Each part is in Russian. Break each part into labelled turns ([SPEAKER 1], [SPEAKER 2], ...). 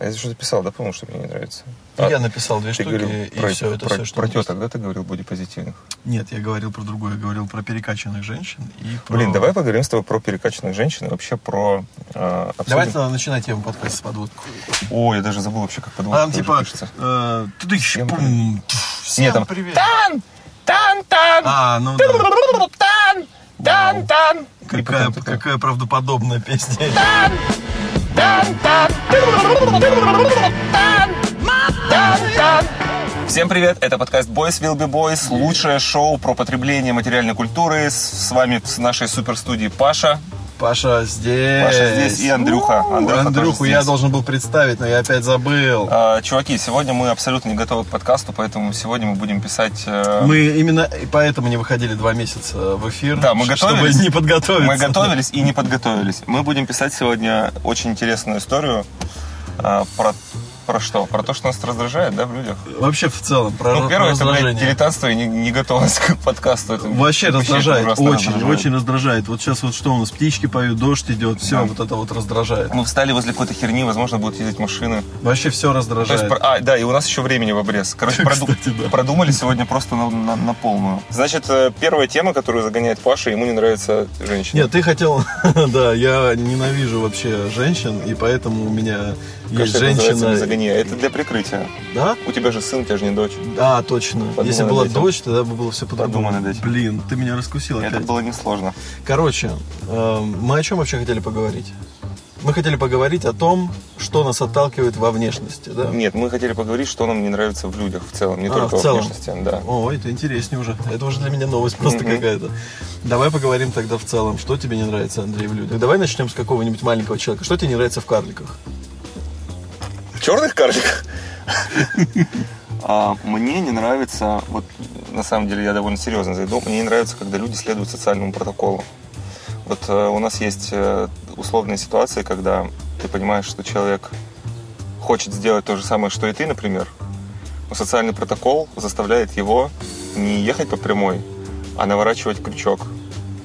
[SPEAKER 1] А я что-то писал, да, по-моему, что мне не нравится?
[SPEAKER 2] И
[SPEAKER 1] А,
[SPEAKER 2] я написал две
[SPEAKER 1] ты
[SPEAKER 2] штуки,
[SPEAKER 1] говорил
[SPEAKER 2] и
[SPEAKER 1] про,
[SPEAKER 2] все, это
[SPEAKER 1] про,
[SPEAKER 2] все, что
[SPEAKER 1] про
[SPEAKER 2] написал.
[SPEAKER 1] теток, да, ты говорил, позитивных.
[SPEAKER 2] Нет, я говорил про другое, я говорил про перекачанных женщин и про...
[SPEAKER 1] Блин, давай поговорим с тобой про перекачанных женщин и вообще про... э, обсудим-
[SPEAKER 2] Давай тогда начинай тему подкаста с подводку.
[SPEAKER 1] Ой, я даже забыл вообще, как
[SPEAKER 2] А
[SPEAKER 1] подумал.
[SPEAKER 2] там типа... э, тыдыщ,
[SPEAKER 1] Всем
[SPEAKER 2] пум, тьф,
[SPEAKER 1] Нет,
[SPEAKER 2] Всем
[SPEAKER 1] там
[SPEAKER 2] привет.
[SPEAKER 1] Тан! Тан! Тан!
[SPEAKER 2] А, ну да.
[SPEAKER 1] Тан! Тан! Тан! И
[SPEAKER 2] Какая,
[SPEAKER 1] потом такая,
[SPEAKER 2] какая правдоподобная песня.
[SPEAKER 1] Тан! Тан! Тан! Тан! Тан! Тан! Всем привет, это подкаст Boys Will Be Boys, лучшее шоу про потребление материальной культуры. С, с вами в нашей суперстудии Паша.
[SPEAKER 2] Паша здесь.
[SPEAKER 1] Паша здесь и Андрюха.
[SPEAKER 2] У,
[SPEAKER 1] Андрюха тоже
[SPEAKER 2] Андрюху
[SPEAKER 1] здесь.
[SPEAKER 2] я должен был представить, но я опять забыл.
[SPEAKER 1] А, Чуваки, сегодня мы абсолютно не готовы к подкасту, поэтому сегодня мы будем писать... э,
[SPEAKER 2] Мы именно и поэтому не выходили два месяца в эфир.
[SPEAKER 1] Да, мы
[SPEAKER 2] ш-
[SPEAKER 1] готовились.
[SPEAKER 2] Чтобы не подготовиться.
[SPEAKER 1] Мы готовились и не подготовились. Мы будем писать сегодня очень интересную историю а, про, про что? Про то, что нас раздражает, да, в людях?
[SPEAKER 2] Вообще в целом, про
[SPEAKER 1] Ну,
[SPEAKER 2] ра-
[SPEAKER 1] первое, это, блядь,
[SPEAKER 2] раздражение.
[SPEAKER 1] дилетантство и не, не готовность к подкасту. Это
[SPEAKER 2] Вообще
[SPEAKER 1] это
[SPEAKER 2] раздражает,
[SPEAKER 1] ужасно
[SPEAKER 2] очень,
[SPEAKER 1] раздражает.
[SPEAKER 2] очень раздражает. Вот сейчас вот что у нас, птички поют, дождь идет, все вот это вот раздражает.
[SPEAKER 1] Мы встали возле какой-то херни, возможно, будут ездить машины.
[SPEAKER 2] Вообще все
[SPEAKER 1] То есть,
[SPEAKER 2] раздражает.
[SPEAKER 1] про- а, да, и у нас еще времени в обрез. Короче, проду-
[SPEAKER 2] Кстати, да.
[SPEAKER 1] продумали сегодня просто на, на- на полную. Значит, э, первая тема, которую загоняет Паша, ему не нравится женщина.
[SPEAKER 2] Нет, ты хотел, да, я ненавижу вообще женщин, и поэтому у меня есть
[SPEAKER 1] Конечно, это называется
[SPEAKER 2] женщина.
[SPEAKER 1] мизогония. Это для прикрытия.
[SPEAKER 2] Да?
[SPEAKER 1] У тебя же сын, у тебя же не дочь.
[SPEAKER 2] Да, точно.
[SPEAKER 1] Подумай
[SPEAKER 2] Если
[SPEAKER 1] над
[SPEAKER 2] была
[SPEAKER 1] этим.
[SPEAKER 2] дочь, тогда бы было все по-другому.
[SPEAKER 1] Подумай над этим.
[SPEAKER 2] Блин, ты меня раскусил
[SPEAKER 1] Это
[SPEAKER 2] опять.
[SPEAKER 1] было несложно.
[SPEAKER 2] Короче, эм, мы о чем вообще хотели поговорить? Мы хотели поговорить о том, что нас отталкивает во внешности, да?
[SPEAKER 1] Нет, мы хотели поговорить, что нам не нравится в людях в целом, не
[SPEAKER 2] А,
[SPEAKER 1] только
[SPEAKER 2] в целом.
[SPEAKER 1] во внешности. Да.
[SPEAKER 2] О, это интереснее уже. Это уже для меня новость просто
[SPEAKER 1] Мгм.
[SPEAKER 2] какая-то. Давай поговорим тогда в целом, что тебе не нравится, Андрей, в людях. Давай начнем с какого-нибудь маленького человека. Что тебе не нравится в карликах?
[SPEAKER 1] В черных карликах? А, Мне не нравится, вот на самом деле я довольно серьезно зайду, мне не нравится, когда люди следуют социальному протоколу. Вот э, у нас есть э, условные ситуации, когда ты понимаешь, что человек хочет сделать то же самое, что и ты, например, но социальный протокол заставляет его не ехать по прямой, а наворачивать крючок.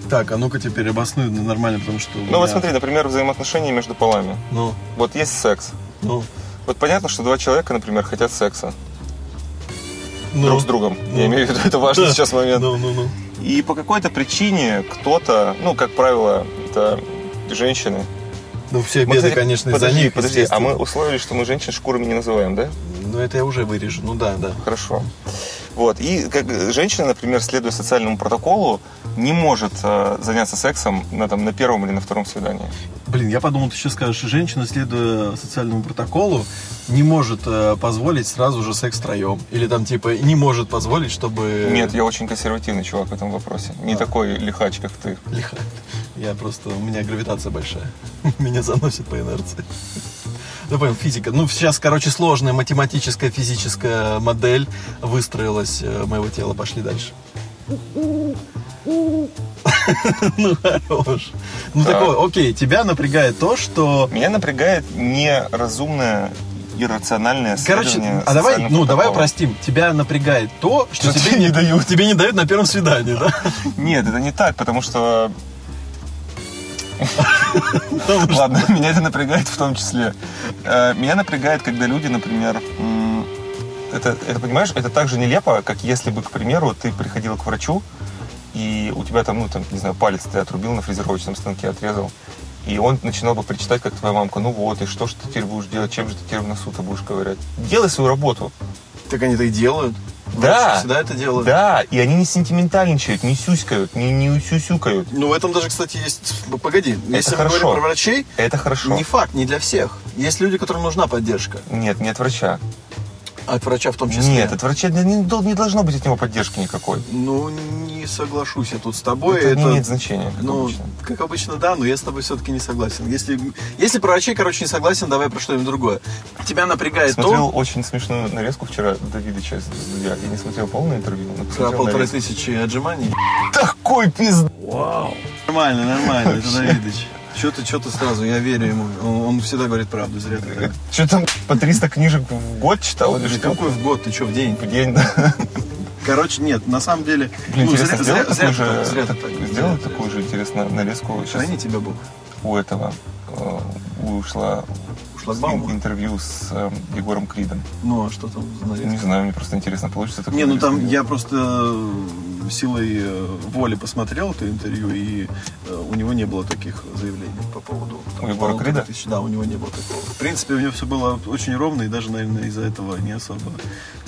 [SPEAKER 2] Так, а ну-ка теперь обоснуй нормально, потому что... у
[SPEAKER 1] Ну вот
[SPEAKER 2] меня-
[SPEAKER 1] смотри, например, взаимоотношения между полами.
[SPEAKER 2] Ну,
[SPEAKER 1] Вот есть секс.
[SPEAKER 2] ну,
[SPEAKER 1] Вот понятно, что два человека, например, хотят секса
[SPEAKER 2] ну.
[SPEAKER 1] друг с другом. Я
[SPEAKER 2] Ну.
[SPEAKER 1] имею в виду, это важный
[SPEAKER 2] Да.
[SPEAKER 1] сейчас момент.
[SPEAKER 2] Ну, ну, ну.
[SPEAKER 1] И по какой-то причине кто-то, ну, как правило, это женщины.
[SPEAKER 2] Ну, все
[SPEAKER 1] Мы,
[SPEAKER 2] беды,
[SPEAKER 1] кстати,
[SPEAKER 2] конечно, из-за
[SPEAKER 1] подожди,
[SPEAKER 2] них,
[SPEAKER 1] подожди, а
[SPEAKER 2] естественно.
[SPEAKER 1] мы условились, что мы женщин шкурами не называем, да?
[SPEAKER 2] Ну, это я уже вырежу. Ну, да, да.
[SPEAKER 1] Хорошо. Вот. И как женщина, например, следуя социальному протоколу, не может э, заняться сексом на, там, на первом или на втором свидании.
[SPEAKER 2] Блин, я подумал, ты сейчас скажешь, женщина, следуя социальному протоколу, не может э, позволить сразу же секс втроем. Или там, типа, не может позволить, чтобы...
[SPEAKER 1] Нет, я очень консервативный чувак в этом вопросе. Не
[SPEAKER 2] Э. А.
[SPEAKER 1] такой лихач, как ты.
[SPEAKER 2] Лиха. Я просто... У меня гравитация большая. Меня заносит по инерции. Ну, понял, физика. Ну, сейчас, короче, сложная математическая, физическая модель выстроилась э, моего тела. Пошли дальше. Ну, хорош. Ну,
[SPEAKER 1] Так.
[SPEAKER 2] такое, окей, тебя напрягает то, что...
[SPEAKER 1] Меня напрягает неразумное, иррациональное
[SPEAKER 2] Короче,
[SPEAKER 1] следование
[SPEAKER 2] а давай,
[SPEAKER 1] социальному
[SPEAKER 2] ну, давай
[SPEAKER 1] протоколу.
[SPEAKER 2] простим. Тебя напрягает то, что,
[SPEAKER 1] Что
[SPEAKER 2] тебе
[SPEAKER 1] тебе
[SPEAKER 2] не
[SPEAKER 1] не
[SPEAKER 2] дают. Тебе не дают на первом свидании, да?
[SPEAKER 1] Нет, это не так, потому что...
[SPEAKER 2] Потому что-
[SPEAKER 1] Ладно, меня это напрягает в том числе. Э, Меня напрягает, когда люди, например... м, Это, это, понимаешь, это так же нелепо, как если бы, к примеру, ты приходил к врачу, и у тебя там, ну, там, не знаю, палец ты отрубил на фрезеровочном станке, отрезал. И он начинал бы причитать, как твоя мамка, ну вот, и что же ты теперь будешь делать, чем же ты теперь в носу-то будешь ковырять. Делай свою работу.
[SPEAKER 2] Так они это и делают.
[SPEAKER 1] Да.
[SPEAKER 2] Врачи Всегда это делают.
[SPEAKER 1] Да, и они не сентиментальничают, не сюськают, не, не усюсюкают.
[SPEAKER 2] Ну, в этом даже, кстати, есть... Погоди, если мы
[SPEAKER 1] хорошо.
[SPEAKER 2] говорим про врачей,
[SPEAKER 1] Это хорошо.
[SPEAKER 2] не факт, не для всех. Есть люди, которым нужна поддержка.
[SPEAKER 1] Нет, нет врача.
[SPEAKER 2] От врача в том числе.
[SPEAKER 1] Нет, от врача не, не дол- не должно быть от него поддержки никакой.
[SPEAKER 2] Ну, не соглашусь я тут с тобой.
[SPEAKER 1] это,
[SPEAKER 2] Это,
[SPEAKER 1] не имеет значения, как
[SPEAKER 2] ну,
[SPEAKER 1] обычно.
[SPEAKER 2] как обычно, да, но я с тобой все-таки не согласен. Если, если про врачей, короче, не согласен, давай про что-нибудь другое. Тебя напрягает
[SPEAKER 1] Смотрел
[SPEAKER 2] то...
[SPEAKER 1] очень смешную нарезку вчера Давидыча из Дудя. Я не смотрел полное интервью, но
[SPEAKER 2] Про
[SPEAKER 1] посмотрел
[SPEAKER 2] полторы
[SPEAKER 1] нарезку.
[SPEAKER 2] тысячи отжиманий.
[SPEAKER 1] Такой пизд...
[SPEAKER 2] Нормально, нормально, это Давидыч. Что ты, что ты сразу, я верю ему. Он, он всегда говорит правду, зря ты так.
[SPEAKER 1] Что там, по 300 книжек в год читал или что?
[SPEAKER 2] Какой в год, ты что, в день?
[SPEAKER 1] В день, да.
[SPEAKER 2] Короче, нет, на самом деле...
[SPEAKER 1] Блин, интересно, сделать
[SPEAKER 2] Ну, зря
[SPEAKER 1] такую
[SPEAKER 2] ты так,
[SPEAKER 1] же...
[SPEAKER 2] зря ты
[SPEAKER 1] так-
[SPEAKER 2] так,
[SPEAKER 1] Сделать
[SPEAKER 2] зря ты
[SPEAKER 1] такую же интересную нарезку
[SPEAKER 2] так.
[SPEAKER 1] сейчас
[SPEAKER 2] Храни тебя Бог.
[SPEAKER 1] у этого э, ушла
[SPEAKER 2] шлагбаум.
[SPEAKER 1] интервью с э, Егором Кридом.
[SPEAKER 2] Ну, а что там за нарезка?
[SPEAKER 1] Не знаю, мне просто интересно, получится такое.
[SPEAKER 2] Не, ну
[SPEAKER 1] или
[SPEAKER 2] там
[SPEAKER 1] нет.
[SPEAKER 2] я просто э, силой э, воли посмотрел это интервью, и э, у него не было таких заявлений по поводу... там,
[SPEAKER 1] У Егора
[SPEAKER 2] полутора
[SPEAKER 1] Крида?
[SPEAKER 2] тысяч. Да, у него не было такого. В принципе, у него все было очень ровно, и даже, наверное, из-за этого не особо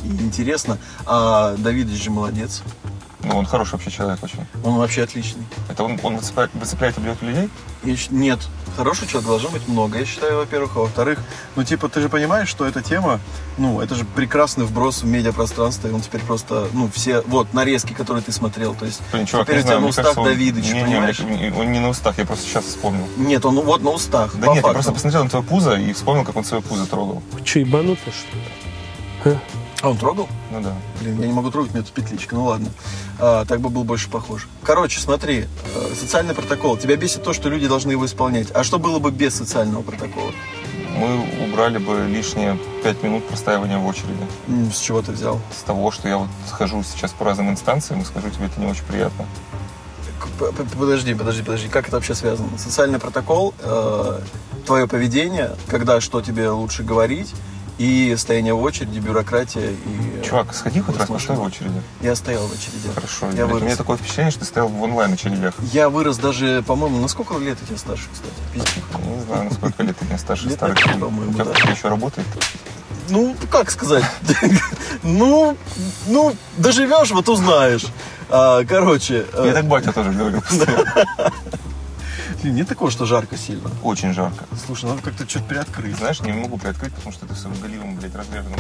[SPEAKER 2] и интересно. А Давидович же молодец.
[SPEAKER 1] Ну, он хороший вообще человек очень.
[SPEAKER 2] Он вообще отличный.
[SPEAKER 1] Это он, он выцепляет, выцепляет и бьет людей?
[SPEAKER 2] Я щ- Нет, хорошего человека должно быть много, я считаю, во-первых. А во-вторых, ну, типа, ты же понимаешь, что эта тема, ну, это же прекрасный вброс в медиапространство, и он теперь просто, ну, все, вот, нарезки, которые ты смотрел, то есть,
[SPEAKER 1] Блин, чувак,
[SPEAKER 2] теперь
[SPEAKER 1] не
[SPEAKER 2] у тебя
[SPEAKER 1] знаю,
[SPEAKER 2] на
[SPEAKER 1] мне
[SPEAKER 2] устах
[SPEAKER 1] кажется, он-
[SPEAKER 2] Давидыч,
[SPEAKER 1] не, не,
[SPEAKER 2] понимаешь?
[SPEAKER 1] мне- он не на устах, я просто сейчас вспомнил.
[SPEAKER 2] Нет, он вот на устах,
[SPEAKER 1] Да
[SPEAKER 2] по
[SPEAKER 1] нет, я
[SPEAKER 2] факту.
[SPEAKER 1] просто посмотрел на твое пузо и вспомнил, как он свое пузо трогал.
[SPEAKER 3] Вы что, ебанутые, что ли?
[SPEAKER 2] А он трогал?
[SPEAKER 1] Ну да.
[SPEAKER 2] Блин, я не могу трогать, у меня тут петличка, ну ладно. А, так бы был больше похож. Короче, смотри, э, социальный протокол. Тебя бесит то, что люди должны его исполнять. А что было бы без социального протокола?
[SPEAKER 1] Мы убрали бы лишние пять минут простаивания в очереди.
[SPEAKER 2] М, С чего ты взял?
[SPEAKER 1] С того, что я вот схожу сейчас по разным инстанциям и скажу тебе, это не очень приятно.
[SPEAKER 2] П- п- Подожди, подожди, подожди. Как это вообще связано? Социальный протокол, твое поведение, когда что тебе лучше говорить, и стояние в очереди, бюрократия и... э,
[SPEAKER 1] Чувак, сходи хоть
[SPEAKER 2] Вот
[SPEAKER 1] раз,
[SPEAKER 2] смотри.
[SPEAKER 1] постой в очереди.
[SPEAKER 2] Я стоял в очереди.
[SPEAKER 1] Хорошо.
[SPEAKER 2] Я
[SPEAKER 1] блядь, у меня
[SPEAKER 2] вырос.
[SPEAKER 1] такое впечатление, что ты стоял в онлайн-очередях.
[SPEAKER 2] Я вырос даже, по-моему, на сколько лет я тебя старше, кстати? Пиздец.
[SPEAKER 1] Не знаю, насколько лет ты мне старше
[SPEAKER 2] Лет
[SPEAKER 1] старых.
[SPEAKER 2] так,
[SPEAKER 1] людей.
[SPEAKER 2] по-моему,
[SPEAKER 1] У тебя
[SPEAKER 2] да.
[SPEAKER 1] кто-то еще работает?
[SPEAKER 2] Ну, как сказать? Ну, ну, доживешь, вот узнаешь. А, Короче, э,
[SPEAKER 1] Я так батя тоже говорил. постоянно.
[SPEAKER 2] нет такого, что жарко сильно.
[SPEAKER 1] Очень жарко.
[SPEAKER 2] Слушай, надо как-то что-то
[SPEAKER 1] И
[SPEAKER 2] приоткрыть.
[SPEAKER 1] знаешь, не могу приоткрыть, потому что ты в своем голливом, блядь, разреженном.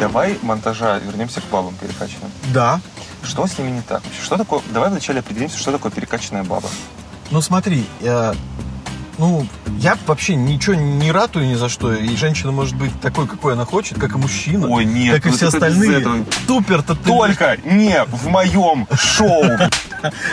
[SPEAKER 1] Давай монтажа вернемся к бабам перекачанным.
[SPEAKER 2] Да,
[SPEAKER 1] Что с ними не так? вообще? Что такое? Давай вначале определимся, что такое перекачанная баба.
[SPEAKER 2] Ну смотри, я- ну я вообще ничего не ратую ни за что. И женщина может быть такой, какой она хочет, как и мужчина,
[SPEAKER 1] Ой, нет,
[SPEAKER 2] как и
[SPEAKER 1] ну
[SPEAKER 2] все
[SPEAKER 1] это без этого.
[SPEAKER 2] остальные. Супер-то ты-
[SPEAKER 1] Только не в моем шоу.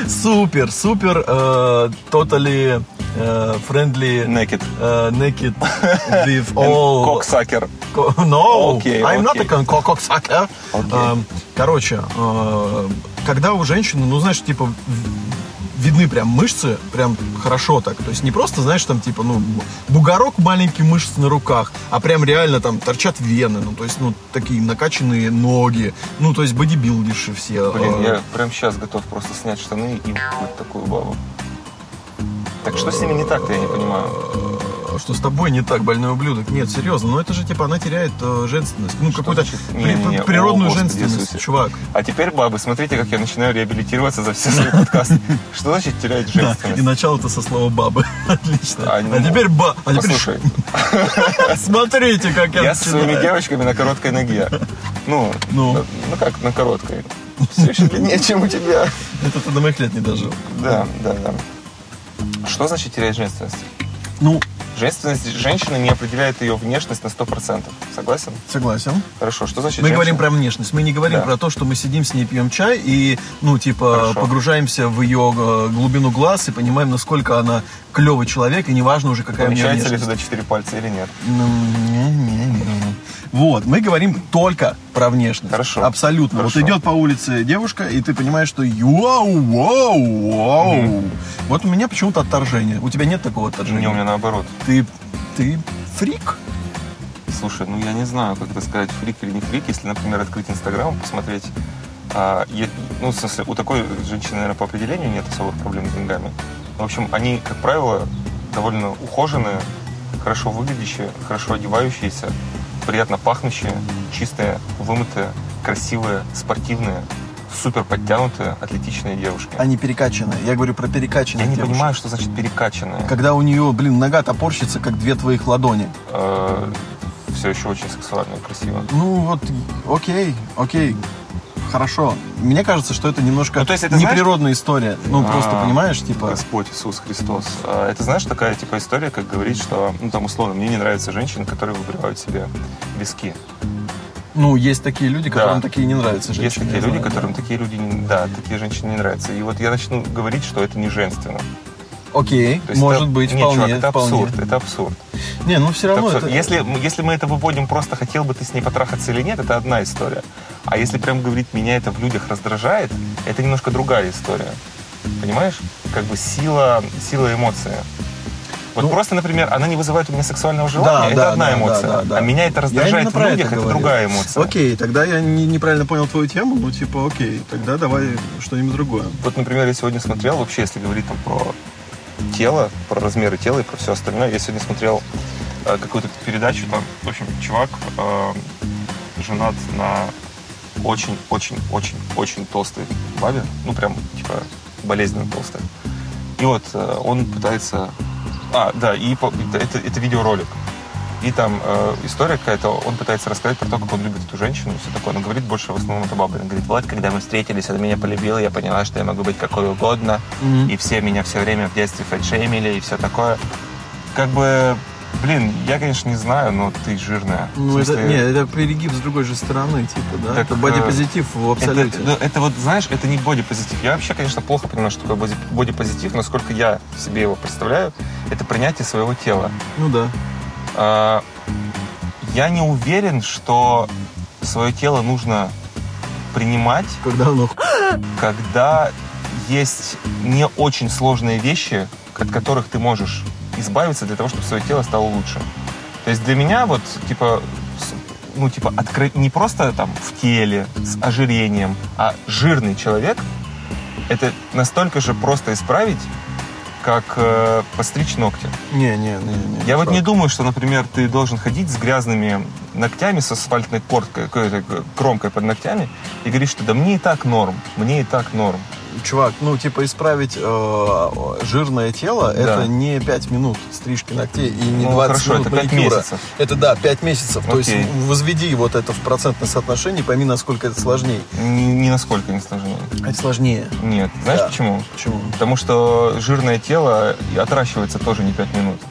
[SPEAKER 2] супер, супер, э, totally э, friendly.
[SPEAKER 1] Naked.
[SPEAKER 2] э, naked with all
[SPEAKER 1] Коксакер.
[SPEAKER 2] Co- No,
[SPEAKER 1] Окей,
[SPEAKER 2] I'm not a
[SPEAKER 1] окей.
[SPEAKER 2] con- co- cocksucker.
[SPEAKER 1] Окей.
[SPEAKER 2] Эм, Короче, э, когда у женщины, ну, знаешь, типа, в- видны прям мышцы, прям хорошо так. То есть не просто, знаешь, там, типа, ну, бугорок маленький мышц на руках, а прям реально там торчат вены, ну, то есть, ну, такие накачанные ноги, ну, то есть бодибилдиши все.
[SPEAKER 1] Блин,
[SPEAKER 2] э,
[SPEAKER 1] я прям сейчас готов просто снять штаны и вот такую бабу. Так что с ними не так-то, я не понимаю.
[SPEAKER 2] Что с тобой не так, больной ублюдок? Нет, серьезно, ну это же, типа, она теряет э, женственность. Ну, какую-то
[SPEAKER 1] значит?
[SPEAKER 2] при-
[SPEAKER 1] Не-не-не, о,
[SPEAKER 2] природную
[SPEAKER 1] Господи Иисусе.
[SPEAKER 2] женственность, чувак.
[SPEAKER 1] А теперь, бабы, смотрите, как я начинаю реабилитироваться за все свои подкасты. Что значит терять
[SPEAKER 2] Да, и
[SPEAKER 1] женственность?
[SPEAKER 2] начало-то со слова бабы. Отлично.
[SPEAKER 1] А,
[SPEAKER 2] А,
[SPEAKER 1] ну,
[SPEAKER 2] теперь ба. А теперь
[SPEAKER 1] Послушай, а
[SPEAKER 2] ш- смотрите, как я,
[SPEAKER 1] я с своими
[SPEAKER 2] начинаю.
[SPEAKER 1] девочками на короткой ноге. Ну,
[SPEAKER 2] Ну.
[SPEAKER 1] ну как на короткой? Все еще длиннее, чем у тебя.
[SPEAKER 2] Это ты до моих лет не дожил.
[SPEAKER 1] Да, да, да. Что значит терять женственность?
[SPEAKER 2] Ну,
[SPEAKER 1] Женственность женщины не определяет ее внешность на 100%. Согласен?
[SPEAKER 2] согласен.
[SPEAKER 1] Хорошо, что значит
[SPEAKER 2] Мы
[SPEAKER 1] женщина?
[SPEAKER 2] говорим про внешность. Мы не говорим
[SPEAKER 1] Да.
[SPEAKER 2] про то, что мы сидим с ней, пьем чай и, ну, типа,
[SPEAKER 1] Хорошо.
[SPEAKER 2] погружаемся в ее э, глубину глаз и понимаем, насколько она клевый человек, и неважно уже, какая у нее
[SPEAKER 1] Помещается ли
[SPEAKER 2] внешность.
[SPEAKER 1] туда четыре пальца или нет?
[SPEAKER 2] Ну, не, не, не. Вот, мы говорим только про внешность.
[SPEAKER 1] Хорошо.
[SPEAKER 2] Абсолютно.
[SPEAKER 1] Хорошо.
[SPEAKER 2] Вот идет по улице девушка, и ты понимаешь, что вау, вау, вау. Вот у меня почему-то отторжение. У тебя нет такого отторжения?
[SPEAKER 1] Не, у меня наоборот.
[SPEAKER 2] Ты, ты фрик?
[SPEAKER 1] Слушай, ну я не знаю, как это сказать, фрик или не фрик, если, например, открыть Инстаграм, посмотреть. а, е- ну, в смысле, у такой женщины, наверное, по определению нет особых проблем с деньгами. В общем, они, как правило, довольно ухоженные, хорошо выглядящие, хорошо одевающиеся, приятно пахнущие, чистые, вымытые, красивые, спортивные, супер подтянутые, атлетичные девушки.
[SPEAKER 2] Они перекачаны. а Я говорю про
[SPEAKER 1] Я
[SPEAKER 2] перекачанных
[SPEAKER 1] не
[SPEAKER 2] девушек.
[SPEAKER 1] понимаю, что значит перекачанные.
[SPEAKER 2] Когда у нее, блин, нога топорщится, как две твоих ладони.
[SPEAKER 1] все еще Э, очень сексуально и красиво.
[SPEAKER 2] Ну вот, окей, окей. Хорошо. Мне кажется, что это немножко
[SPEAKER 1] Ну, то есть это, знаешь-
[SPEAKER 2] неприродная история. Ну, просто
[SPEAKER 1] А,
[SPEAKER 2] понимаешь, типа...
[SPEAKER 1] Господь Иисус Христос. А, Это, знаешь, такая типа история, как говорит, что, ну, там, условно, мне не нравятся женщины, которые выбривают себе виски.
[SPEAKER 2] Ну, есть такие люди,
[SPEAKER 1] Да.
[SPEAKER 2] которым такие не нравятся женщины.
[SPEAKER 1] Есть такие
[SPEAKER 2] я
[SPEAKER 1] люди,
[SPEAKER 2] знаю.
[SPEAKER 1] которым такие люди, не- да, такие женщины не нравятся. И вот я начну говорить, что это не женственно.
[SPEAKER 2] Окей,
[SPEAKER 1] То есть
[SPEAKER 2] может
[SPEAKER 1] это-
[SPEAKER 2] быть,
[SPEAKER 1] не,
[SPEAKER 2] вполне,
[SPEAKER 1] чувак, это
[SPEAKER 2] вполне.
[SPEAKER 1] абсурд, это абсурд.
[SPEAKER 2] Не, ну
[SPEAKER 1] Это
[SPEAKER 2] все равно
[SPEAKER 1] абсурд.
[SPEAKER 2] это...
[SPEAKER 1] Если, мы- если мы это выводим просто, хотел бы ты с ней потрахаться или нет, это одна история. А если прям говорить, меня это в людях раздражает, это немножко другая история. Понимаешь? Как бы сила, сила эмоции. Вот
[SPEAKER 2] Ну-
[SPEAKER 1] просто, например, она не вызывает у меня сексуального желания, это
[SPEAKER 2] да,
[SPEAKER 1] одна
[SPEAKER 2] да,
[SPEAKER 1] эмоция.
[SPEAKER 2] да, да, да.
[SPEAKER 1] А меня это
[SPEAKER 2] Я
[SPEAKER 1] раздражает
[SPEAKER 2] именно
[SPEAKER 1] в
[SPEAKER 2] про это
[SPEAKER 1] людях, это,
[SPEAKER 2] говорю.
[SPEAKER 1] другая эмоция.
[SPEAKER 3] Окей, тогда я не- неправильно понял твою тему, ну типа окей, тогда давай что-нибудь другое.
[SPEAKER 1] Вот, например, я сегодня смотрел, вообще, если говорить там про тело, про размеры тела и про все остальное, я сегодня смотрел э, какую-то передачу, там, в общем, чувак э, женат на очень-очень-очень-очень толстой бабе, ну, прям, типа, болезненно толстой. И вот э, он пытается... А, да, и по- это, это видеоролик. И там э, история какая-то, он пытается рассказать про то, как он любит эту женщину, все такое. Он говорит больше в основном это бабы. Он говорит, вот, когда мы встретились, она меня полюбила, я поняла, что я могу быть какой угодно. И все меня все время в детстве фэтшеймили и все такое. Как бы, блин, я, конечно, не знаю, но ты жирная. В
[SPEAKER 3] Ну, это,
[SPEAKER 1] смысле,
[SPEAKER 3] не, это перегиб с другой же стороны, типа, да?
[SPEAKER 1] Так,
[SPEAKER 3] это бодипозитив
[SPEAKER 2] а,
[SPEAKER 3] в
[SPEAKER 1] это,
[SPEAKER 3] абсолюте.
[SPEAKER 1] ну, это вот, знаешь, это не бодипозитив. Я вообще, конечно, плохо понимаю, что такое боди- бодипозитив, но сколько я себе его представляю, это принятие своего тела.
[SPEAKER 3] Ну да.
[SPEAKER 1] А, Я не уверен, что свое тело нужно принимать,
[SPEAKER 3] Когда оно
[SPEAKER 1] когда есть не очень сложные вещи, от которых ты можешь избавиться для того, чтобы свое тело стало лучше. То есть для меня вот, типа, с- ну, типа, откры- не просто там в теле, с ожирением, а жирный человек, это настолько же просто исправить, как э, постричь ногти.
[SPEAKER 3] Не, не, не, не.
[SPEAKER 1] Я вот
[SPEAKER 3] чувак.
[SPEAKER 1] не думаю, что, например, ты должен ходить с грязными ногтями, с асфальтной корткой, какой-то кромкой под ногтями, и говорить, что да мне и так норм, мне и так норм.
[SPEAKER 2] Чувак, ну, типа, исправить э, жирное тело, это не 5 минут стрижки ногтей и не
[SPEAKER 1] Ну,
[SPEAKER 2] 20
[SPEAKER 1] хорошо,
[SPEAKER 2] минут
[SPEAKER 1] это пять
[SPEAKER 2] маникюра.
[SPEAKER 1] месяцев.
[SPEAKER 2] Это, да, 5 месяцев. То
[SPEAKER 1] Окей.
[SPEAKER 2] есть, возведи вот это в процентное соотношение, и пойми, насколько это сложнее.
[SPEAKER 1] Ни, ни насколько не сложнее.
[SPEAKER 2] А Это сложнее.
[SPEAKER 1] Нет. Знаешь
[SPEAKER 2] Да.
[SPEAKER 1] почему?
[SPEAKER 2] Почему?
[SPEAKER 1] Потому что жирное тело и отращивается тоже не 5 минут.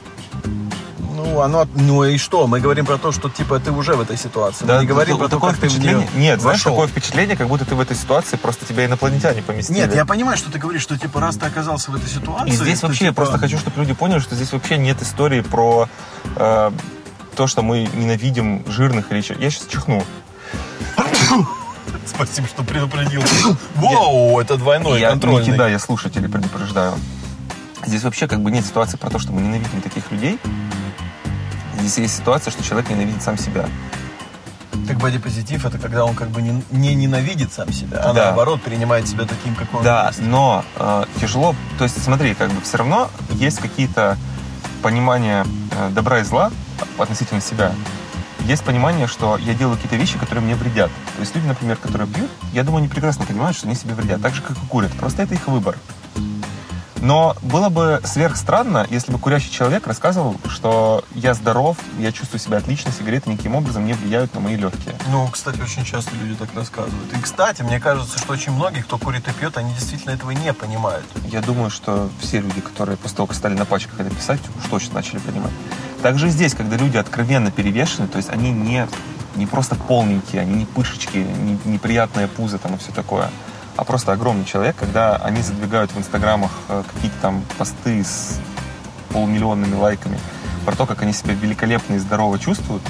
[SPEAKER 2] Ну, оно... от- Ну и что? Мы говорим про то, что, типа, ты уже в этой ситуации. Мы не говорим
[SPEAKER 1] т-
[SPEAKER 2] про то,
[SPEAKER 1] такое
[SPEAKER 2] как ты в
[SPEAKER 1] впечатление.
[SPEAKER 2] нее
[SPEAKER 1] Нет, знаешь,
[SPEAKER 2] вошел.
[SPEAKER 1] такое впечатление, как будто ты в этой ситуации просто тебя инопланетяне поместили.
[SPEAKER 3] Нет, я понимаю, что ты говоришь, что типа раз ты оказался в этой ситуации.
[SPEAKER 1] И здесь
[SPEAKER 3] ты,
[SPEAKER 1] вообще я
[SPEAKER 3] типа,
[SPEAKER 1] просто хочу, чтобы люди поняли, что здесь вообще нет истории про э, то, что мы ненавидим жирных или чё. Я сейчас чихну.
[SPEAKER 2] Спасибо, что предупредил. Вау, это двойной
[SPEAKER 1] я
[SPEAKER 2] контрольный.
[SPEAKER 1] не кидаю, я слушателей предупреждаю. Здесь вообще как бы нет ситуации про то, что мы ненавидим таких людей. Здесь есть ситуация, что человек ненавидит сам себя.
[SPEAKER 2] Так бодипозитив это когда он как бы не, не ненавидит сам себя, а
[SPEAKER 1] Да.
[SPEAKER 2] наоборот принимает себя таким, как он
[SPEAKER 1] Да,
[SPEAKER 2] есть.
[SPEAKER 1] но э, тяжело. То есть, смотри, как бы все равно есть какие-то понимания э, добра и зла относительно себя. Есть понимание, что я делаю какие-то вещи, которые мне вредят. То есть люди, например, которые пьют, я думаю, они прекрасно понимают, что они себе вредят, так же, как и курят. Просто это их выбор. Но было бы сверх странно, если бы курящий человек рассказывал, что я здоров, я чувствую себя отлично, сигареты никаким образом не влияют на мои легкие.
[SPEAKER 2] Ну, кстати, очень часто люди так рассказывают. И, кстати, мне кажется, что очень многие, кто курит и пьет, они действительно этого не понимают.
[SPEAKER 1] Я думаю, что все люди, которые после того, как стали на пачках это писать, уж точно начали понимать. Также и здесь, когда люди откровенно перевешены, то есть они не, не просто полненькие, они не пышечки, не, неприятное пузо там и все такое, а просто огромный человек, когда они задвигают в инстаграмах э, какие-то там посты с полумиллионными лайками про то, как они себя великолепно и здорово чувствуют,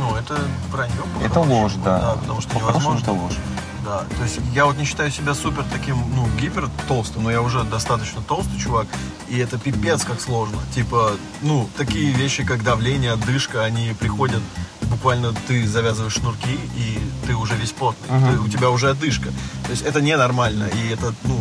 [SPEAKER 2] Ну, это вранье.
[SPEAKER 1] это
[SPEAKER 2] по-хорошему.
[SPEAKER 1] ложь, да.
[SPEAKER 2] Ну, Да, потому что
[SPEAKER 1] По-хорошему,
[SPEAKER 2] невозможно.
[SPEAKER 1] это ложь.
[SPEAKER 2] Да, то есть я вот не считаю себя супер таким, ну, гипер толстым, но я уже достаточно толстый чувак, и это пипец как сложно. Типа, ну, такие вещи, как давление, отдышка, они приходят, буквально ты завязываешь шнурки, и ты уже весь потный,
[SPEAKER 1] Мгм.
[SPEAKER 2] ты- у тебя уже отдышка. То есть это ненормально, и это, ну,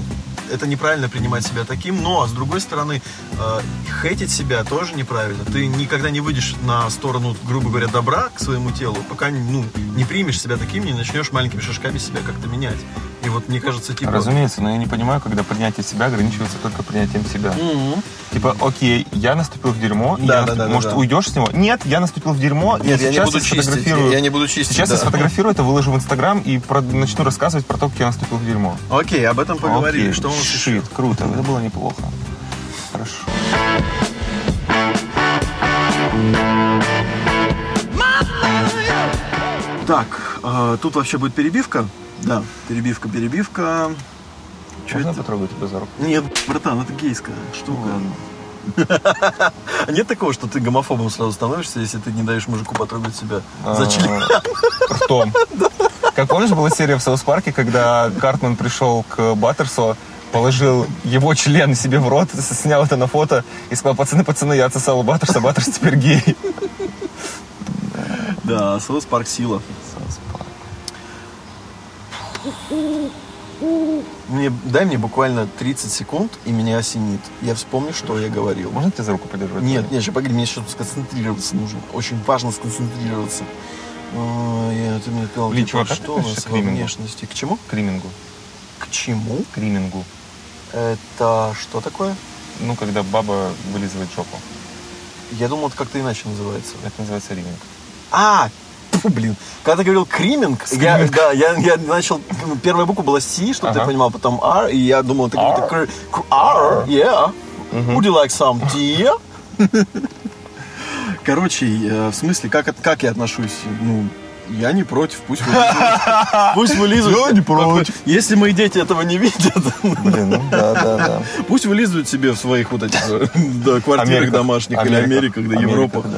[SPEAKER 2] это неправильно принимать себя таким, но, а с другой стороны, э, хейтить себя тоже неправильно. Ты никогда не выйдешь на сторону, грубо говоря, добра к своему телу, пока ну, не примешь себя таким, не начнешь маленькими шажками себя как-то менять. И вот мне кажется, типа...
[SPEAKER 1] Разумеется, но я не понимаю, когда принятие себя ограничивается только принятием себя.
[SPEAKER 2] Мгм.
[SPEAKER 1] Типа, окей, я наступил в дерьмо, и
[SPEAKER 2] Да,
[SPEAKER 1] я
[SPEAKER 2] да,
[SPEAKER 1] наступ-
[SPEAKER 2] да, да,
[SPEAKER 1] может,
[SPEAKER 2] да.
[SPEAKER 1] уйдешь с него? Нет, я наступил в дерьмо, и
[SPEAKER 2] Нет, я
[SPEAKER 1] сейчас
[SPEAKER 2] не буду чистить.
[SPEAKER 1] сфотографирую.
[SPEAKER 2] Я не буду чистить.
[SPEAKER 1] Сейчас
[SPEAKER 2] да.
[SPEAKER 1] я сфотографирую это, выложу в Инстаграм и про- начну рассказывать про то, как я наступил в дерьмо.
[SPEAKER 2] Окей, об этом поговорили.
[SPEAKER 1] Окей,
[SPEAKER 2] Что у нас еще?
[SPEAKER 1] Шит, круто, это было неплохо. Хорошо.
[SPEAKER 3] Так, э, тут вообще будет перебивка. Да, перебивка, перебивка. Чё
[SPEAKER 1] Можно я
[SPEAKER 3] это?
[SPEAKER 1] потрогаю тебя за руку?
[SPEAKER 3] Нет, братан, это гейская штука.
[SPEAKER 1] Ладно.
[SPEAKER 2] А Нет такого, что ты гомофобом сразу становишься, если ты не даешь мужику потрогать себя.
[SPEAKER 1] А,
[SPEAKER 2] Зачем?
[SPEAKER 1] Ртом. Как помнишь, была серия в Саус Парке, когда Картман пришел к Баттерсу, положил его член себе в рот, снял это на фото и сказал, пацаны, пацаны, я отсосал Баттерс, а Баттерс теперь гей.
[SPEAKER 2] Да, соус парк сила.
[SPEAKER 4] Мне, дай мне буквально 30 секунд, и меня осенит. Я вспомню, что я говорил.
[SPEAKER 1] Можно тебя за руку подержать?
[SPEAKER 4] Нет, нет, сейчас погоди, мне сейчас сконцентрироваться нужно. Очень важно сконцентрироваться. А, Я, ты мне сказал,
[SPEAKER 1] Блин,
[SPEAKER 4] типа,
[SPEAKER 1] чувак, как ты
[SPEAKER 4] что у нас
[SPEAKER 1] относишься к
[SPEAKER 4] во
[SPEAKER 1] Вимингу?
[SPEAKER 4] внешности? К чему?
[SPEAKER 1] К римингу.
[SPEAKER 4] К чему?
[SPEAKER 1] К римингу.
[SPEAKER 4] Это что такое?
[SPEAKER 1] Ну, когда баба вылизывает жопу.
[SPEAKER 4] Я думал, это как-то иначе называется.
[SPEAKER 1] Это называется риминг.
[SPEAKER 4] А, тьфу, блин. Когда ты говорил криминг, я,
[SPEAKER 1] Скриминг.
[SPEAKER 4] да, я, я начал, ну, первая буква была C, чтобы ты
[SPEAKER 1] Ага.
[SPEAKER 4] понимал, потом R, и я думал, это какой-то
[SPEAKER 1] R.
[SPEAKER 4] кр- кр- R, yeah. Would you like some tea?
[SPEAKER 2] Короче, э, в смысле, как, от- как я отношусь? Ну, я не против, пусть вылизывают. Пусть вылизывают.
[SPEAKER 1] Я не
[SPEAKER 2] против. Если мои дети этого не видят,
[SPEAKER 1] Блин, ну да, да, да.
[SPEAKER 2] пусть вылизывают себе в своих вот этих э, да, квартирах
[SPEAKER 1] Америках.
[SPEAKER 2] домашних или
[SPEAKER 1] Америках.
[SPEAKER 2] Америках, да,
[SPEAKER 1] Америках,
[SPEAKER 2] Европах.
[SPEAKER 1] да.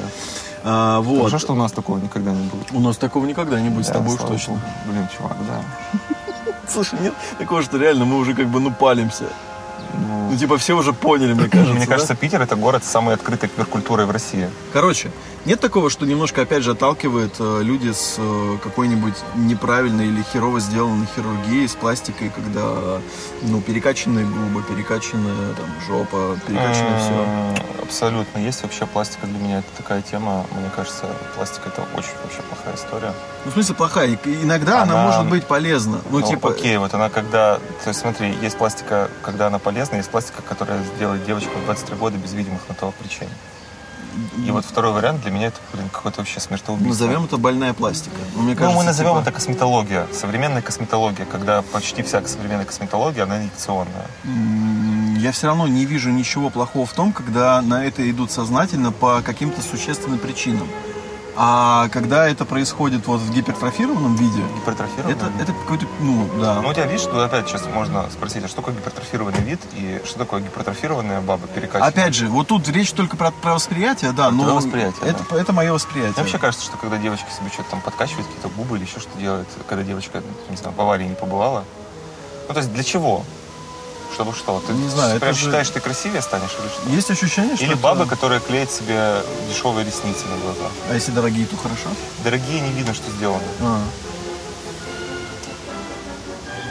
[SPEAKER 2] А,
[SPEAKER 1] Хорошо,
[SPEAKER 2] Вот.
[SPEAKER 1] что у нас такого никогда не было.
[SPEAKER 2] У нас такого никогда не будет с
[SPEAKER 1] Да,
[SPEAKER 2] тобой уж
[SPEAKER 1] слава
[SPEAKER 2] точно.
[SPEAKER 1] богу. Блин, чувак, да.
[SPEAKER 4] Слушай, нет такого, что реально мы уже как бы ну палимся.
[SPEAKER 1] Ну,
[SPEAKER 4] Ну типа все уже поняли, мне кажется.
[SPEAKER 1] Мне
[SPEAKER 4] да?
[SPEAKER 1] кажется, Питер это город с самой открытой квиркультурой в России.
[SPEAKER 2] Короче, нет такого, что немножко, опять же, отталкивает э, люди с э, какой-нибудь неправильной или херово сделанной хирургией, с пластикой, когда, ну, перекачанные губы, перекачанная там жопа, перекачанное все.
[SPEAKER 1] М, Абсолютно. Есть вообще пластика для меня. Это такая тема. Мне кажется, пластика это очень вообще плохая история.
[SPEAKER 2] Ну, в смысле, плохая. И- Иногда она,
[SPEAKER 1] Она-
[SPEAKER 2] может быть полезна. Ну,
[SPEAKER 1] Ну,
[SPEAKER 2] типа,
[SPEAKER 1] окей, вот она когда... То есть смотри, есть пластика, когда она полезна, есть пластика, которая сделает девочку в 23 года без видимых на то причин. И вот второй вариант для меня это, блин, какой-то вообще смертоубийство.
[SPEAKER 2] назовем это больная пластика. Ну, мне
[SPEAKER 1] Ну,
[SPEAKER 2] кажется,
[SPEAKER 1] мы назовем
[SPEAKER 2] типа,
[SPEAKER 1] это косметология, современная косметология, когда почти вся современная косметология, она инъекционная.
[SPEAKER 2] М, Я все равно не вижу ничего плохого в том, когда на это идут сознательно по каким-то существенным причинам. А когда это происходит вот в гипертрофированном виде,
[SPEAKER 1] Гипертрофированная.
[SPEAKER 2] это, это какой-то, ну, да.
[SPEAKER 1] Ну, у тебя, видишь, тут опять сейчас можно спросить, а что такое гипертрофированный вид и что такое гипертрофированная баба перекачивания?
[SPEAKER 2] Опять же, вот тут речь только про, про восприятие, да,
[SPEAKER 1] Про
[SPEAKER 2] но
[SPEAKER 1] восприятие,
[SPEAKER 2] это, это мое восприятие.
[SPEAKER 1] Мне вообще кажется, что когда девочки себе что-то там подкачивают, какие-то губы или еще что делают, когда девочка, не знаю, в аварии не побывала. Ну, то есть для чего? Чтобы что? Ты
[SPEAKER 2] Не знаю, это
[SPEAKER 1] прям
[SPEAKER 2] же-
[SPEAKER 1] считаешь, ты красивее станешь или что?
[SPEAKER 2] Есть ощущение, что
[SPEAKER 1] Или
[SPEAKER 2] это-
[SPEAKER 1] бабы, которые клеят себе дешевые ресницы на глаза.
[SPEAKER 2] А если дорогие, то хорошо.
[SPEAKER 1] Дорогие не видно, что сделано.
[SPEAKER 2] А.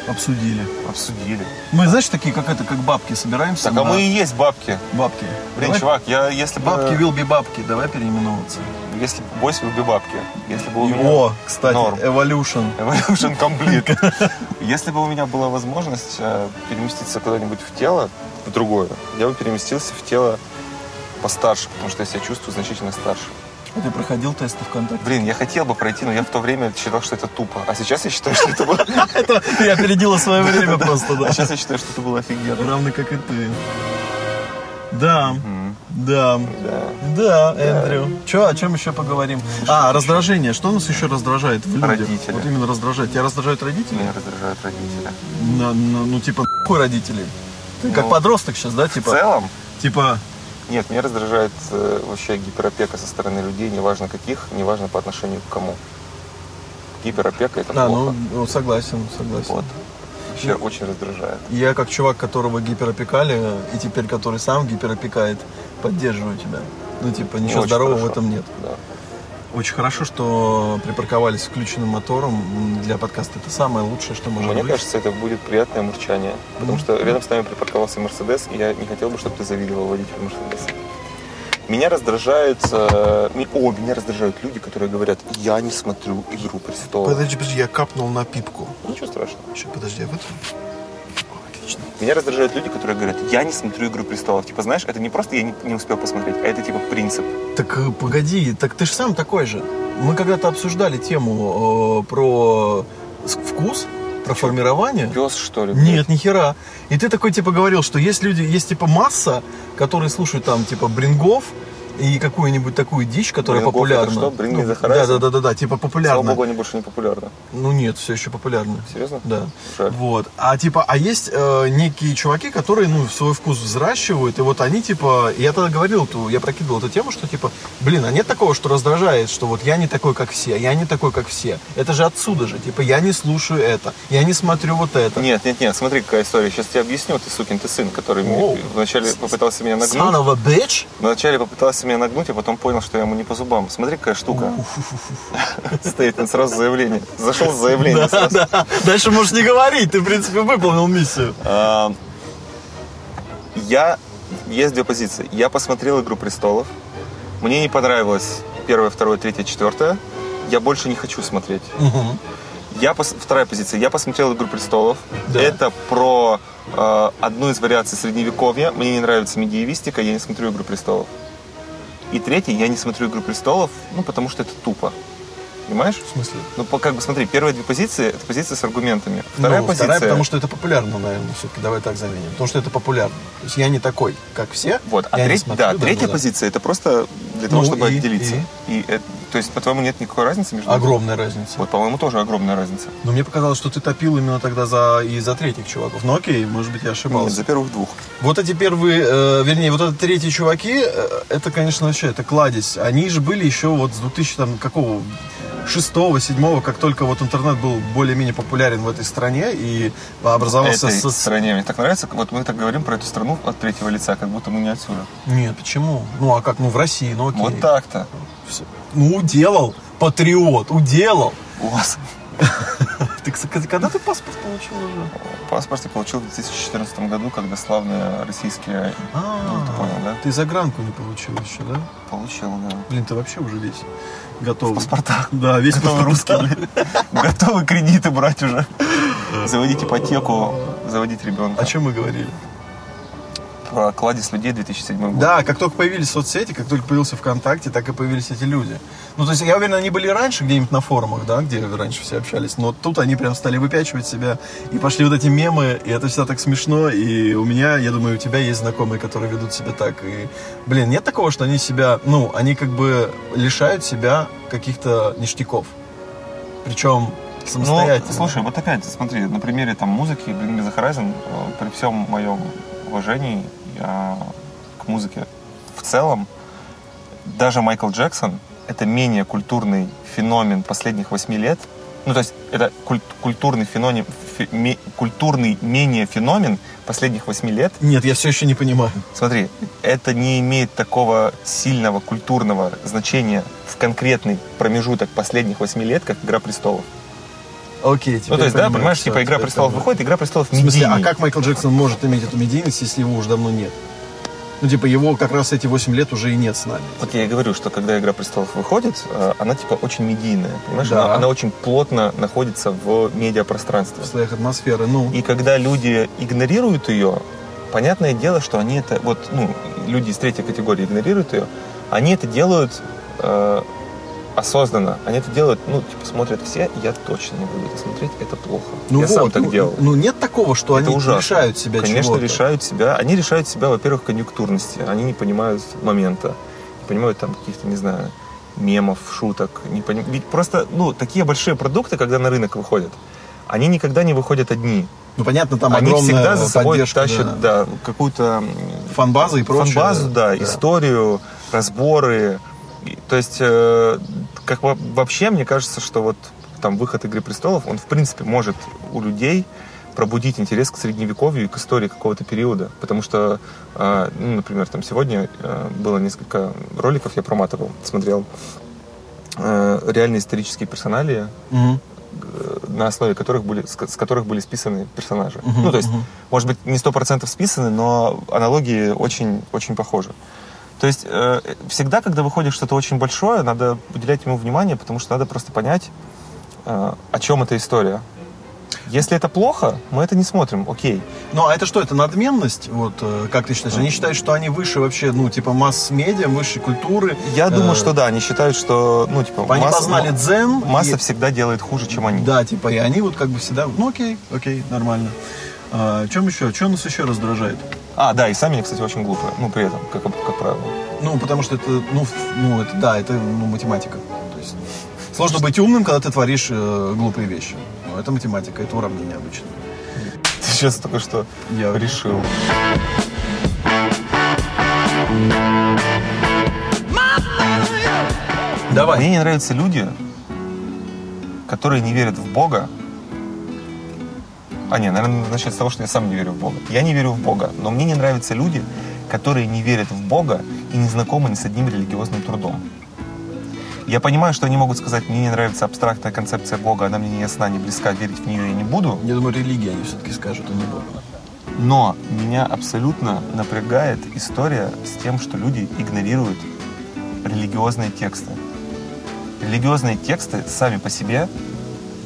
[SPEAKER 2] Обсудили.
[SPEAKER 1] Обсудили.
[SPEAKER 2] Мы, знаешь, такие, как это, как бабки собираемся.
[SPEAKER 1] Так, а
[SPEAKER 2] на-
[SPEAKER 1] мы э, и есть бабки.
[SPEAKER 2] Бабки.
[SPEAKER 1] Блин,
[SPEAKER 2] Давай.
[SPEAKER 1] чувак, я если бы...
[SPEAKER 2] Бабки, will be бабки, давай переименовываться.
[SPEAKER 1] Если бы бойс был бы бабки. Если бы у меня...
[SPEAKER 2] О, кстати,
[SPEAKER 1] Норм.
[SPEAKER 2] Evolution.
[SPEAKER 1] Evolution Complete. Если бы у меня была возможность э, переместиться куда-нибудь в тело, в другое, я бы переместился в тело постарше, потому что я себя чувствую значительно старше.
[SPEAKER 2] А ты проходил тесты ВКонтакте?
[SPEAKER 1] Блин, я хотел бы пройти, но я в то время считал, что это тупо. А сейчас я считаю, что это было...
[SPEAKER 2] Ты опередила свое время просто,
[SPEAKER 1] А сейчас я считаю, что это было офигенно.
[SPEAKER 2] Равно как и ты. Да,
[SPEAKER 1] Мгм,
[SPEAKER 2] да,
[SPEAKER 1] Да.
[SPEAKER 2] да, Эндрю. Че, о чем еще поговорим? А, раздражение. Что нас еще раздражает в людях?
[SPEAKER 1] Родители.
[SPEAKER 2] Вот именно раздражает. Тебя раздражают родители?
[SPEAKER 1] Меня раздражают родители.
[SPEAKER 2] На- на- ну, типа, нахуй родители. Ты как
[SPEAKER 1] Ну,
[SPEAKER 2] подросток сейчас, да,
[SPEAKER 1] В
[SPEAKER 2] типа?
[SPEAKER 1] целом,
[SPEAKER 2] Типа,
[SPEAKER 1] нет, меня раздражает э, вообще гиперопека со стороны людей, неважно каких, неважно по отношению к кому. Гиперопека это
[SPEAKER 2] да, ну,
[SPEAKER 1] плохо.
[SPEAKER 2] ну, согласен, согласен.
[SPEAKER 1] Вот. Вообще очень раздражает.
[SPEAKER 2] Я как чувак, которого гиперопекали, э, и теперь который сам гиперопекает, поддерживаю тебя. Ну, типа,
[SPEAKER 1] Не
[SPEAKER 2] ничего
[SPEAKER 1] очень
[SPEAKER 2] здорового в
[SPEAKER 1] хорошо.
[SPEAKER 2] этом нет.
[SPEAKER 1] Да.
[SPEAKER 2] Очень хорошо, что припарковались включенным мотором м, для подкаста. Это самое лучшее, что может
[SPEAKER 1] Мне
[SPEAKER 2] быть. Ну.
[SPEAKER 1] кажется, это будет приятное мурчание, потому что рядом с нами припарковался Мерседес, и я не хотел бы, чтобы ты завидовал водителю Мерседеса. Меня раздражают... э, ми- о, меня раздражают люди, которые говорят, я не смотрю «Игру престолов».
[SPEAKER 5] Подожди, подожди, я капнул на пипку.
[SPEAKER 1] Ничего страшного.
[SPEAKER 5] Сейчас, подожди, я вытру. О, Отлично.
[SPEAKER 1] Меня раздражают люди, которые говорят, я не смотрю «Игру престолов». Типа, знаешь, это не просто я не, не успел посмотреть, а это типа принцип.
[SPEAKER 2] Так э, погоди, так ты же сам такой же. Мы когда-то обсуждали тему э, про с- вкус, про формирование.
[SPEAKER 1] Пес, что ли?
[SPEAKER 2] Нет, ни хера. И ты такой типа говорил, что есть люди, есть типа масса, которые слушают там типа Брингов, и какую-нибудь такую дичь, которая
[SPEAKER 1] Блин, Гоф, это
[SPEAKER 2] популярна.
[SPEAKER 1] что? Bring me the
[SPEAKER 2] да,
[SPEAKER 1] horizon?
[SPEAKER 2] да, да, да, да, типа
[SPEAKER 1] Слава
[SPEAKER 2] популярна.
[SPEAKER 1] богу, они больше не популярны.
[SPEAKER 2] Ну нет, все еще популярна.
[SPEAKER 1] Серьезно?
[SPEAKER 2] Да.
[SPEAKER 1] Жаль.
[SPEAKER 2] Вот. А типа, а есть э, некие чуваки, которые, ну, свой вкус взращивают, и вот они типа, я тогда говорил, ту, я прокидывал эту тему, что типа, блин, а нет такого, что раздражает, что вот я не такой, как все, я не такой, как все. Это же отсюда же, типа, я не слушаю это, я не смотрю вот это.
[SPEAKER 1] Нет, нет, нет, смотри, какая история. Сейчас тебе объясню, ты сукин ты сын, который мне-
[SPEAKER 2] Воу.
[SPEAKER 1] вначале попытался меня нагнуть.
[SPEAKER 2] Son of a bitch.
[SPEAKER 1] Вначале попытался меня нагнуть, а потом понял, что я ему не по зубам. Смотри, какая штука. Стейтмент, сразу заявление. Зашел с заявлением сразу.
[SPEAKER 2] Дальше можешь не говорить, ты, в принципе, выполнил миссию.
[SPEAKER 1] А, Я... Есть две позиции. Я посмотрел «Игру престолов». Мне не понравилось первое, второе, третье, четвертое. Я больше не хочу смотреть.
[SPEAKER 2] Мгм.
[SPEAKER 1] Я пос- Вторая позиция. Я посмотрел «Игру престолов».
[SPEAKER 2] Да.
[SPEAKER 1] Это про э, одну из вариаций средневековья. Мне не нравится медиевистика, я не смотрю «Игру престолов». И третий, я не смотрю «Игру престолов», ну, потому что это тупо. Понимаешь?
[SPEAKER 2] В смысле?
[SPEAKER 1] Ну, по- как бы, смотри, первые две позиции — это позиция с аргументами.
[SPEAKER 2] Ну,
[SPEAKER 1] Вторая позиция...
[SPEAKER 2] потому что это популярно, наверное, все-таки. Давай так заменим. Потому что это популярно. То есть я не такой, как все.
[SPEAKER 1] Вот, а
[SPEAKER 2] Я не
[SPEAKER 1] треть-
[SPEAKER 2] смотрю,
[SPEAKER 1] да, третья
[SPEAKER 2] да.
[SPEAKER 1] позиция это просто для того,
[SPEAKER 2] Ну,
[SPEAKER 1] чтобы
[SPEAKER 2] и-
[SPEAKER 1] отделиться. И, э, то есть, по-твоему, нет никакой разницы между ними?
[SPEAKER 2] Огромная разница.
[SPEAKER 1] Вот, по-моему, тоже огромная разница.
[SPEAKER 2] Но мне показалось, что ты топил именно тогда за и за третьих чуваков. Ну окей, может быть, я
[SPEAKER 1] Нет,
[SPEAKER 2] ошибался.
[SPEAKER 1] за первых двух.
[SPEAKER 2] Вот эти первые, э, вернее, вот эти третьи чуваки, э, это, конечно, вообще, это кладезь. Они же были еще вот с 2000 там какого шестого, седьмого, как только вот интернет был более-менее популярен в этой стране и образовался...
[SPEAKER 1] Этой
[SPEAKER 2] со-
[SPEAKER 1] стране. Мне так нравится, вот мы так говорим про эту страну от третьего лица, как будто мы не отсюда.
[SPEAKER 2] Нет, почему? Ну а как? Ну в России, ну окей.
[SPEAKER 1] Вот так-то.
[SPEAKER 2] Всё. Ну уделал, патриот, уделал.
[SPEAKER 1] У вас
[SPEAKER 2] Ты, кстати, когда ты паспорт получил уже?
[SPEAKER 1] паспорт я получил в 2014 году, когда славные российские...
[SPEAKER 2] А,
[SPEAKER 1] Ну, ты понял, да?
[SPEAKER 2] Ты загранку не получил еще, да?
[SPEAKER 1] Получил, да.
[SPEAKER 2] Блин, ты вообще уже весь готовый.
[SPEAKER 1] Паспорта.
[SPEAKER 2] Да, весь
[SPEAKER 1] Готовы
[SPEAKER 2] паспорта.
[SPEAKER 1] русские, блин. Готовы кредиты брать уже. Заводить ипотеку, заводить ребенка.
[SPEAKER 2] О чем мы говорили?
[SPEAKER 1] Про кладезь людей 2007 год.
[SPEAKER 2] Да, как только появились соцсети, как только появился ВКонтакте, так и появились эти люди. Ну, то есть, я уверен, они были и раньше где-нибудь на форумах, да, где раньше все общались, но тут они прям стали выпячивать себя, и пошли вот эти мемы, и это всегда так смешно, и у меня, я думаю, у тебя есть знакомые, которые ведут себя так, и, блин, нет такого, что они себя, ну, они как бы лишают себя каких-то ништяков, причем
[SPEAKER 1] Ну,
[SPEAKER 2] самостоятельно.
[SPEAKER 1] слушай, вот опять, смотри, на примере там музыки Bring Me The Horizon, э, при всем моем уважении я к музыке в целом, даже Майкл Джексон — это менее культурный феномен последних восьми лет. Ну, то есть это куль- культурный феномен, фе- ме- культурный менее феномен последних восьми лет.
[SPEAKER 2] Нет, я все еще не понимаю.
[SPEAKER 1] Смотри, это не имеет такого сильного культурного значения в конкретный промежуток последних восьми лет, как «Игра престолов».
[SPEAKER 2] Окей,
[SPEAKER 1] Ну,
[SPEAKER 2] теперь
[SPEAKER 1] то есть, да,
[SPEAKER 2] понимаю,
[SPEAKER 1] понимаешь,
[SPEAKER 2] всё,
[SPEAKER 1] типа «Игра
[SPEAKER 2] теперь
[SPEAKER 1] престолов»
[SPEAKER 2] понимаю.
[SPEAKER 1] выходит, «Игра престолов»
[SPEAKER 2] В смысле, а
[SPEAKER 1] медийней.
[SPEAKER 2] как Майкл Джексон может иметь эту медийность, если его уже давно нет? Ну, типа, его как раз эти 8 лет уже и нет с нами.
[SPEAKER 1] Вот я и говорю, что когда «Игра престолов» выходит, э, она, типа, очень медийная, понимаешь?
[SPEAKER 2] Да.
[SPEAKER 1] Она, она очень плотно находится в медиапространстве.
[SPEAKER 2] В слоях атмосферы, ну.
[SPEAKER 1] И когда люди игнорируют ее, понятное дело, что они это... Вот, ну, люди из третьей категории игнорируют ее, они это делают э, осознанно. Они это делают, ну, типа, смотрят все, я точно не буду это смотреть, это плохо.
[SPEAKER 2] ну
[SPEAKER 1] я сам
[SPEAKER 2] вот,
[SPEAKER 1] так
[SPEAKER 2] ну,
[SPEAKER 1] делал.
[SPEAKER 2] Ну, нет такого, что
[SPEAKER 1] Это
[SPEAKER 2] они
[SPEAKER 1] ужасно.
[SPEAKER 2] лишают себя
[SPEAKER 1] Конечно,
[SPEAKER 2] чего-то.
[SPEAKER 1] решают себя. Они решают себя, во-первых, конъюнктурности. Они не понимают момента, не понимают там каких-то, не знаю, мемов, шуток. Не поним- Ведь просто, ну, такие большие продукты, когда на рынок выходят, они никогда не выходят одни.
[SPEAKER 2] Ну, понятно, там
[SPEAKER 1] они
[SPEAKER 2] огромная
[SPEAKER 1] всегда за собой
[SPEAKER 2] поддержка,
[SPEAKER 1] тащат,
[SPEAKER 2] да.
[SPEAKER 1] да, какую-то
[SPEAKER 2] Фан-база и прочее.
[SPEAKER 1] базу да, историю, разборы. И- То есть, э, как во- вообще, мне кажется, что вот там выход «Игры престолов», он, в принципе, может у людей пробудить интерес к средневековью и к истории какого-то периода. Потому что, э, ну, например, там сегодня э, было несколько роликов, я проматывал, смотрел э, реальные исторические персонали,
[SPEAKER 2] Мгм.
[SPEAKER 1] э, на основе которых были, с ко- с которых были списаны персонажи. ну, то есть, может быть, не сто процентов списаны, но аналогии очень, очень похожи. То есть э, всегда, когда выходит что-то очень большое, надо уделять ему внимание, потому что надо просто понять, э, о чем эта история. Если это плохо, мы это не смотрим, окей.
[SPEAKER 2] Ну, а это что, это надменность? Вот, э, как ты считаешь? Они считают, что они выше вообще, ну, типа, масс-медиа, выше культуры.
[SPEAKER 1] Я думаю,
[SPEAKER 2] Э,
[SPEAKER 1] что да, они считают, что, ну, типа,
[SPEAKER 2] Они
[SPEAKER 1] масса-
[SPEAKER 2] познали дзен.
[SPEAKER 1] масса
[SPEAKER 2] и-
[SPEAKER 1] всегда делает хуже, чем они.
[SPEAKER 2] Да, типа, и они вот как бы всегда, ну окей, окей, нормально. А, чем еще? Что нас еще раздражает?
[SPEAKER 1] А, да, и сами они, кстати, очень глупые. Ну, при этом, как, как правило.
[SPEAKER 2] Ну, потому что это, ну, ф- ну это, да, это ну, математика. То есть сложно быть умным, когда ты творишь э, глупые вещи. Но это математика, это уравнение обычно.
[SPEAKER 1] Ты сейчас только что
[SPEAKER 2] Я-
[SPEAKER 1] решил.
[SPEAKER 2] Давай.
[SPEAKER 1] Мне не нравятся люди, которые не верят в Бога. А, не, наверное, начать с того, что я сам не верю в Бога. Я не верю в Бога, но мне не нравятся люди, которые не верят в Бога и не знакомы ни с одним религиозным трудом. Я понимаю, что они могут сказать, мне не нравится абстрактная концепция Бога, она мне не ясна, не близка, верить в нее я не буду.
[SPEAKER 2] Я думаю, религия они все-таки скажут, а не Бог.
[SPEAKER 1] Но меня абсолютно напрягает история с тем, что люди игнорируют религиозные тексты. Религиозные тексты сами по себе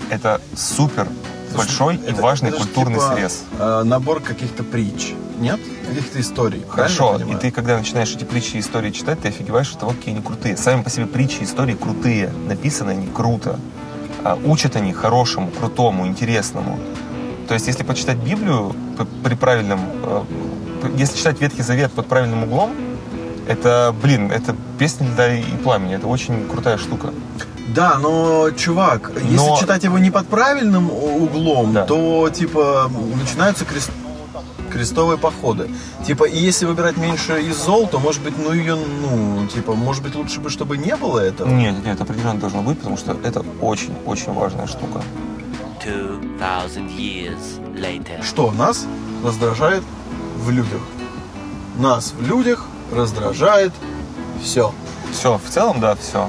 [SPEAKER 1] это супер большой и
[SPEAKER 2] Это-
[SPEAKER 1] важный
[SPEAKER 2] это же
[SPEAKER 1] культурный
[SPEAKER 2] типа,
[SPEAKER 1] срез.
[SPEAKER 2] э, набор каких-то притч. Нет? Каких-то историй.
[SPEAKER 1] Хорошо,
[SPEAKER 2] правильно
[SPEAKER 1] и
[SPEAKER 2] я
[SPEAKER 1] ты,
[SPEAKER 2] понимаю?
[SPEAKER 1] когда начинаешь эти притчи и истории читать, ты офигеваешь от того, какие они крутые. Сами по себе притчи и истории крутые, написаны они круто, А, учат они хорошему, крутому, интересному. То есть, если почитать Библию п- при правильном, э, п- если читать Ветхий Завет под правильным углом, это, блин, это песня льда и пламени, это очень крутая штука.
[SPEAKER 2] Да, но, чувак,
[SPEAKER 1] Но-
[SPEAKER 2] если читать его не под правильным у- углом,
[SPEAKER 1] Да.
[SPEAKER 2] то, типа, начинаются крес- крестовые походы. Типа, и если выбирать меньше из зол, то, может быть, ну ее, ну, типа, может быть, лучше бы, чтобы не было этого.
[SPEAKER 1] Нет, нет, определенно должно быть, потому что это очень-очень важная штука.
[SPEAKER 6] 2,000 years later.
[SPEAKER 2] Что нас раздражает в людях? Нас в людях раздражает все.
[SPEAKER 1] Все, в целом, да, все.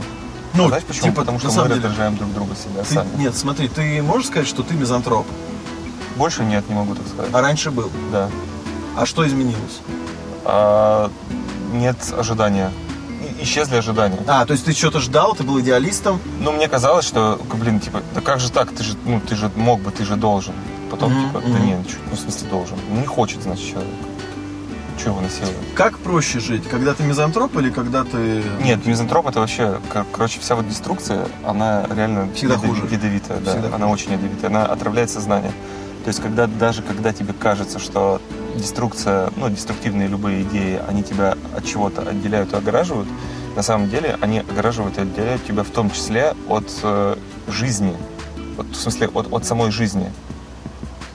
[SPEAKER 2] Ну,
[SPEAKER 1] Знаешь почему?
[SPEAKER 2] типа,
[SPEAKER 1] потому что
[SPEAKER 2] на
[SPEAKER 1] мы
[SPEAKER 2] самом деле,
[SPEAKER 1] раздражаем друг друга себя
[SPEAKER 2] ты-
[SPEAKER 1] сами.
[SPEAKER 2] нет, смотри, ты можешь сказать, что ты мизантроп,
[SPEAKER 1] Больше нет, не могу так сказать.
[SPEAKER 2] а раньше был.
[SPEAKER 1] Да.
[SPEAKER 2] А что изменилось?
[SPEAKER 1] А, нет ожидания. И- Исчезли ожидания.
[SPEAKER 2] А, то есть ты что-то ждал, ты был идеалистом,
[SPEAKER 1] Ну, мне казалось, что, к- блин, типа, да как же так? Ты же, ну, ты же мог бы, ты же должен. Потом,
[SPEAKER 2] Мгм,
[SPEAKER 1] типа, да
[SPEAKER 2] мгм.
[SPEAKER 1] не, ну, чё- ну, в смысле должен. Ну, не хочет, значит, человек. Чего его насиловать?
[SPEAKER 2] Как проще жить, когда ты мизантроп или когда ты...
[SPEAKER 1] Нет, мизантроп это вообще, кор- короче, вся вот деструкция, она реально
[SPEAKER 2] Всегда
[SPEAKER 1] яд-
[SPEAKER 2] хуже.
[SPEAKER 1] ядовитая, да.
[SPEAKER 2] Всегда
[SPEAKER 1] она очень ядовитая, она отравляет сознание. То есть, когда даже когда тебе кажется, что деструкция, ну, деструктивные любые идеи, они тебя от чего-то отделяют и огораживают, на самом деле они огораживают и отделяют тебя в том числе от э, жизни, От- в смысле от, от самой жизни,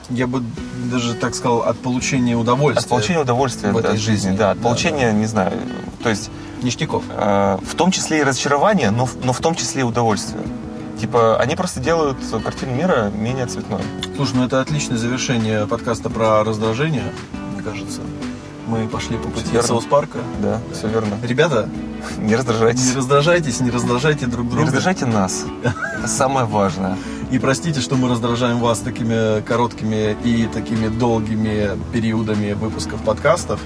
[SPEAKER 2] Я бы даже так сказал, от получения удовольствия.
[SPEAKER 1] от получения удовольствия
[SPEAKER 2] э, в
[SPEAKER 1] от
[SPEAKER 2] этой
[SPEAKER 1] жизни,
[SPEAKER 2] жизни.
[SPEAKER 1] да, от
[SPEAKER 2] Да,
[SPEAKER 1] получения, не знаю, то есть
[SPEAKER 2] Ништяков.
[SPEAKER 1] Э, в том числе и разочарование, но, в- но в том числе и удовольствие. Типа, они просто делают картину мира менее цветной.
[SPEAKER 2] Слушай, ну это отличное завершение подкаста про раздражение, мне кажется. Мы пошли по пути
[SPEAKER 1] Верно.
[SPEAKER 2] соус-парка.
[SPEAKER 1] Да, все верно.
[SPEAKER 2] Ребята,
[SPEAKER 1] Не раздражайтесь.
[SPEAKER 2] не раздражайтесь, не раздражайте друг
[SPEAKER 1] Не
[SPEAKER 2] друга.
[SPEAKER 1] раздражайте нас. Это самое важное.
[SPEAKER 2] И простите, что мы раздражаем вас такими короткими и такими долгими периодами выпусков подкастов.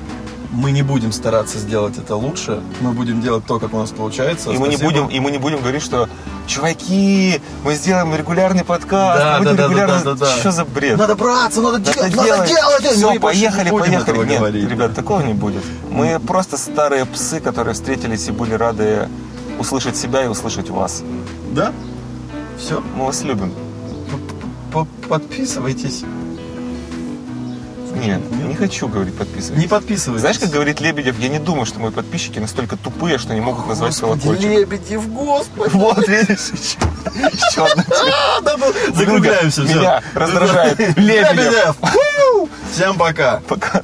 [SPEAKER 2] Мы не будем стараться сделать это лучше. Мы будем делать то, как у нас получается.
[SPEAKER 1] И мы, не
[SPEAKER 2] Спасибо.
[SPEAKER 1] будем, и мы не будем говорить, что чуваки, мы сделаем регулярный подкаст,
[SPEAKER 2] Да,
[SPEAKER 1] мы будем
[SPEAKER 2] да, да,
[SPEAKER 1] регулярно.
[SPEAKER 2] да, да, да.
[SPEAKER 1] Что за бред?
[SPEAKER 2] Надо браться, надо,
[SPEAKER 1] Надо
[SPEAKER 2] делать, надо делать.
[SPEAKER 1] Э, Всё,
[SPEAKER 2] Мы больше
[SPEAKER 1] поехали,
[SPEAKER 2] не будем
[SPEAKER 1] поехали.
[SPEAKER 2] этого
[SPEAKER 1] Нет,
[SPEAKER 2] говорить.
[SPEAKER 1] ребят, такого не будет. Мы просто старые псы, которые встретились и были рады услышать себя и услышать вас.
[SPEAKER 2] Да? Все.
[SPEAKER 1] Мы вас любим.
[SPEAKER 2] Подписывайтесь.
[SPEAKER 1] Нет, не хочу говорить подписывайтесь.
[SPEAKER 2] Не подписывайтесь.
[SPEAKER 1] Знаешь, как говорит Лебедев, я не думаю, что мои подписчики настолько тупые, что не могут назвать колокольчик.
[SPEAKER 2] Лебедев, господи. А,
[SPEAKER 1] Вот, видишь, еще одна
[SPEAKER 2] Закругляемся, все.
[SPEAKER 1] Меня раздражает Лебедев.
[SPEAKER 2] Всем пока.
[SPEAKER 1] Пока.